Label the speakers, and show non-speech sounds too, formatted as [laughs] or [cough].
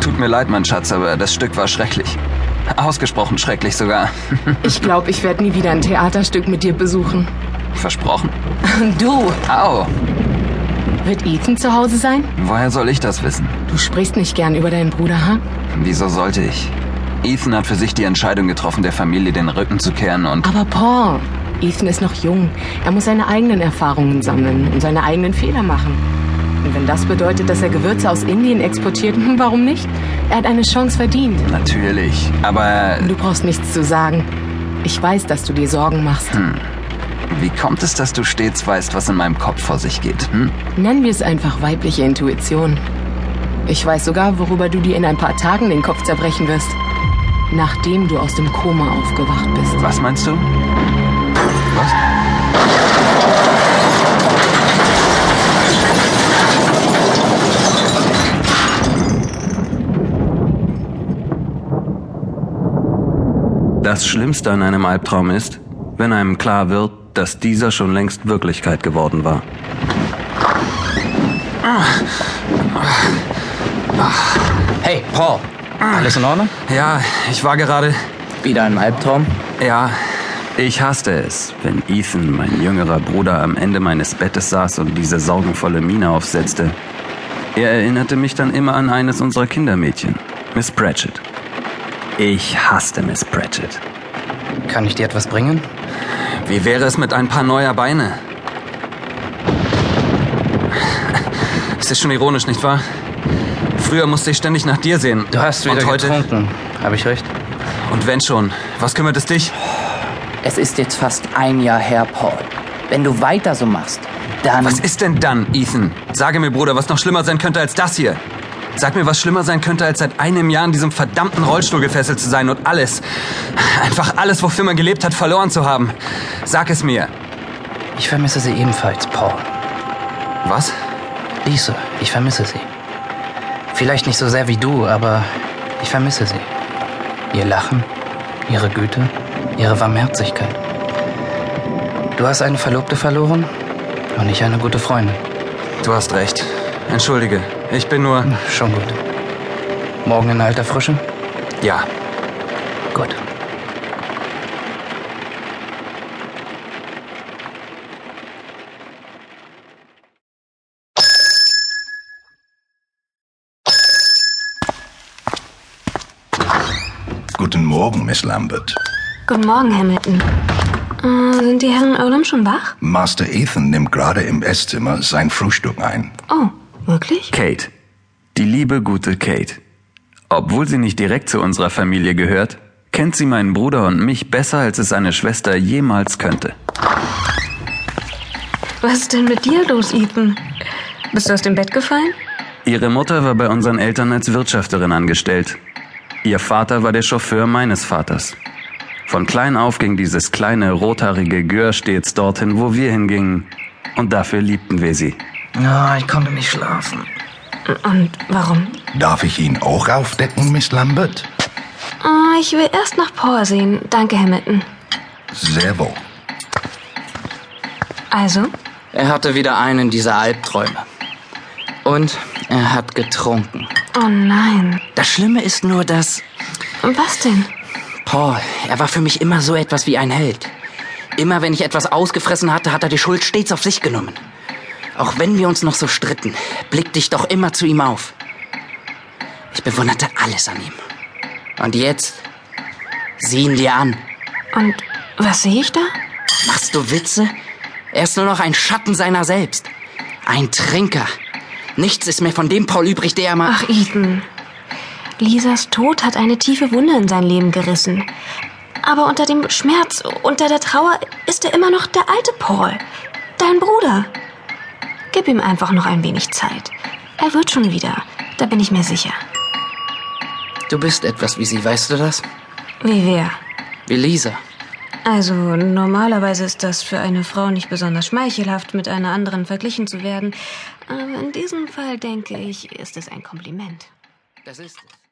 Speaker 1: Tut mir leid, mein Schatz, aber das Stück war schrecklich. Ausgesprochen schrecklich sogar. [laughs]
Speaker 2: Ich glaube, ich werde nie wieder ein Theaterstück mit dir besuchen.
Speaker 1: Versprochen.
Speaker 2: Du,
Speaker 1: Au,
Speaker 2: wird Ethan zu Hause sein?
Speaker 1: woher soll ich das wissen?
Speaker 2: Du sprichst nicht gern über deinen Bruder, ha?
Speaker 1: Wieso sollte ich? Ethan hat für sich die Entscheidung getroffen, der Familie den Rücken zu kehren und...
Speaker 2: Aber Paul, Ethan ist noch jung. Er muss seine eigenen Erfahrungen sammeln und seine eigenen Fehler machen. Und wenn das bedeutet, dass er Gewürze aus Indien exportiert, hm, warum nicht? Er hat eine Chance verdient.
Speaker 1: Natürlich, aber
Speaker 2: Du brauchst nichts zu sagen. Ich weiß, dass du dir Sorgen machst.
Speaker 1: wie kommt es, dass du stets weißt, was in meinem Kopf vor sich geht? Hm?
Speaker 2: Nennen wir es einfach weibliche Intuition. Ich weiß sogar, worüber du dir in ein paar Tagen den Kopf zerbrechen wirst. Nachdem du aus dem Koma aufgewacht bist.
Speaker 1: Was meinst du? Was?
Speaker 3: Das Schlimmste an einem Albtraum ist, wenn einem klar wird, dass dieser schon längst Wirklichkeit geworden war.
Speaker 4: Hey, Paul. Alles in Ordnung?
Speaker 3: Ja, ich war gerade.
Speaker 4: Ah. Wieder ein Albtraum?
Speaker 3: Ja, ich hasste es, wenn Ethan, mein jüngerer Bruder, am Ende meines Bettes saß und diese sorgenvolle Miene aufsetzte. Er erinnerte mich dann immer an eines unserer Kindermädchen, Miss Pratchett. Ich hasste Miss Pratchett.
Speaker 4: Kann ich dir etwas bringen?
Speaker 3: Wie wäre es mit ein paar neuer Beine? Es ist schon ironisch, nicht wahr? Früher musste ich ständig nach dir sehen.
Speaker 4: Du hast wieder
Speaker 3: und heute
Speaker 4: getrunken. Habe ich recht?
Speaker 3: und wenn schon, was kümmert es dich?
Speaker 4: Es ist jetzt fast ein Jahr her, Paul. Wenn du weiter so machst, dann...
Speaker 3: Was ist denn dann, Ethan? Sage mir, Bruder, was noch schlimmer sein könnte als das hier. Sag mir, was schlimmer sein könnte, als seit einem Jahr in diesem verdammten Rollstuhl gefesselt zu sein und alles, einfach alles, wofür man gelebt hat, verloren zu haben. Sag es mir.
Speaker 4: Ich vermisse sie ebenfalls, Paul.
Speaker 3: Was?
Speaker 4: Lise, ich vermisse sie. Vielleicht nicht so sehr wie du, aber ich vermisse sie. Ihr Lachen, ihre Güte, ihre Warmherzigkeit. Du hast eine Verlobte verloren und ich eine gute Freundin.
Speaker 3: Du hast recht. Entschuldige, ich bin nur...
Speaker 4: Schon gut. Morgen in alter Frische?
Speaker 3: Ja,
Speaker 4: Gut.
Speaker 5: Guten Morgen, Miss Lambert.
Speaker 6: Guten Morgen, Hamilton. Äh, sind die Herren Odom schon wach?
Speaker 5: Master Ethan nimmt gerade im Esszimmer sein Frühstück ein.
Speaker 6: Oh, wirklich?
Speaker 3: Kate. Die liebe gute Kate. Obwohl sie nicht direkt zu unserer Familie gehört, kennt sie meinen Bruder und mich besser, als es eine Schwester jemals könnte.
Speaker 6: Was ist denn mit dir los, Ethan? Bist du aus dem Bett gefallen?
Speaker 3: Ihre Mutter war bei unseren Eltern als Wirtschafterin angestellt. Ihr Vater war der Chauffeur meines Vaters. Von klein auf ging dieses kleine, rothaarige Gör stets dorthin, wo wir hingingen. Und dafür liebten wir sie.
Speaker 4: Ja, Ah, ich konnte nicht schlafen.
Speaker 6: Und warum?
Speaker 5: Darf ich ihn auch aufdecken, Miss Lambert?
Speaker 6: Äh, ich will erst nach Paul sehen. Danke, Hamilton.
Speaker 5: Sehr wohl.
Speaker 6: Also?
Speaker 4: Er hatte wieder einen dieser Albträume. Und er hat getrunken.
Speaker 6: Oh nein.
Speaker 4: Das Schlimme ist nur, dass
Speaker 6: Und was denn?
Speaker 4: Paul, er war für mich immer so etwas wie ein Held. Immer wenn ich etwas ausgefressen hatte, hat er die Schuld stets auf sich genommen. Auch wenn wir uns noch so stritten, blickte ich doch immer zu ihm auf. Ich bewunderte alles an ihm. Und jetzt, sieh ihn dir an.
Speaker 6: Und was sehe ich da?
Speaker 4: Machst du Witze? Er ist nur noch ein Schatten seiner selbst. Ein Trinker. Nichts ist mehr von dem Paul übrig, der er mal...
Speaker 6: Ach, Ethan. Lisas Tod hat eine tiefe Wunde in sein Leben gerissen. Aber unter dem Schmerz, unter der Trauer ist er immer noch der alte Paul. Dein Bruder. Gib ihm einfach noch ein wenig Zeit. Er wird schon wieder. Da bin ich mir sicher.
Speaker 4: Du bist etwas wie sie, weißt du das?
Speaker 6: Wie wer?
Speaker 4: Wie Lisa.
Speaker 6: Also, normalerweise ist das für eine Frau nicht besonders schmeichelhaft, mit einer anderen verglichen zu werden. Aber in diesem Fall, denke ich, ist es ein Kompliment.
Speaker 4: Das ist es.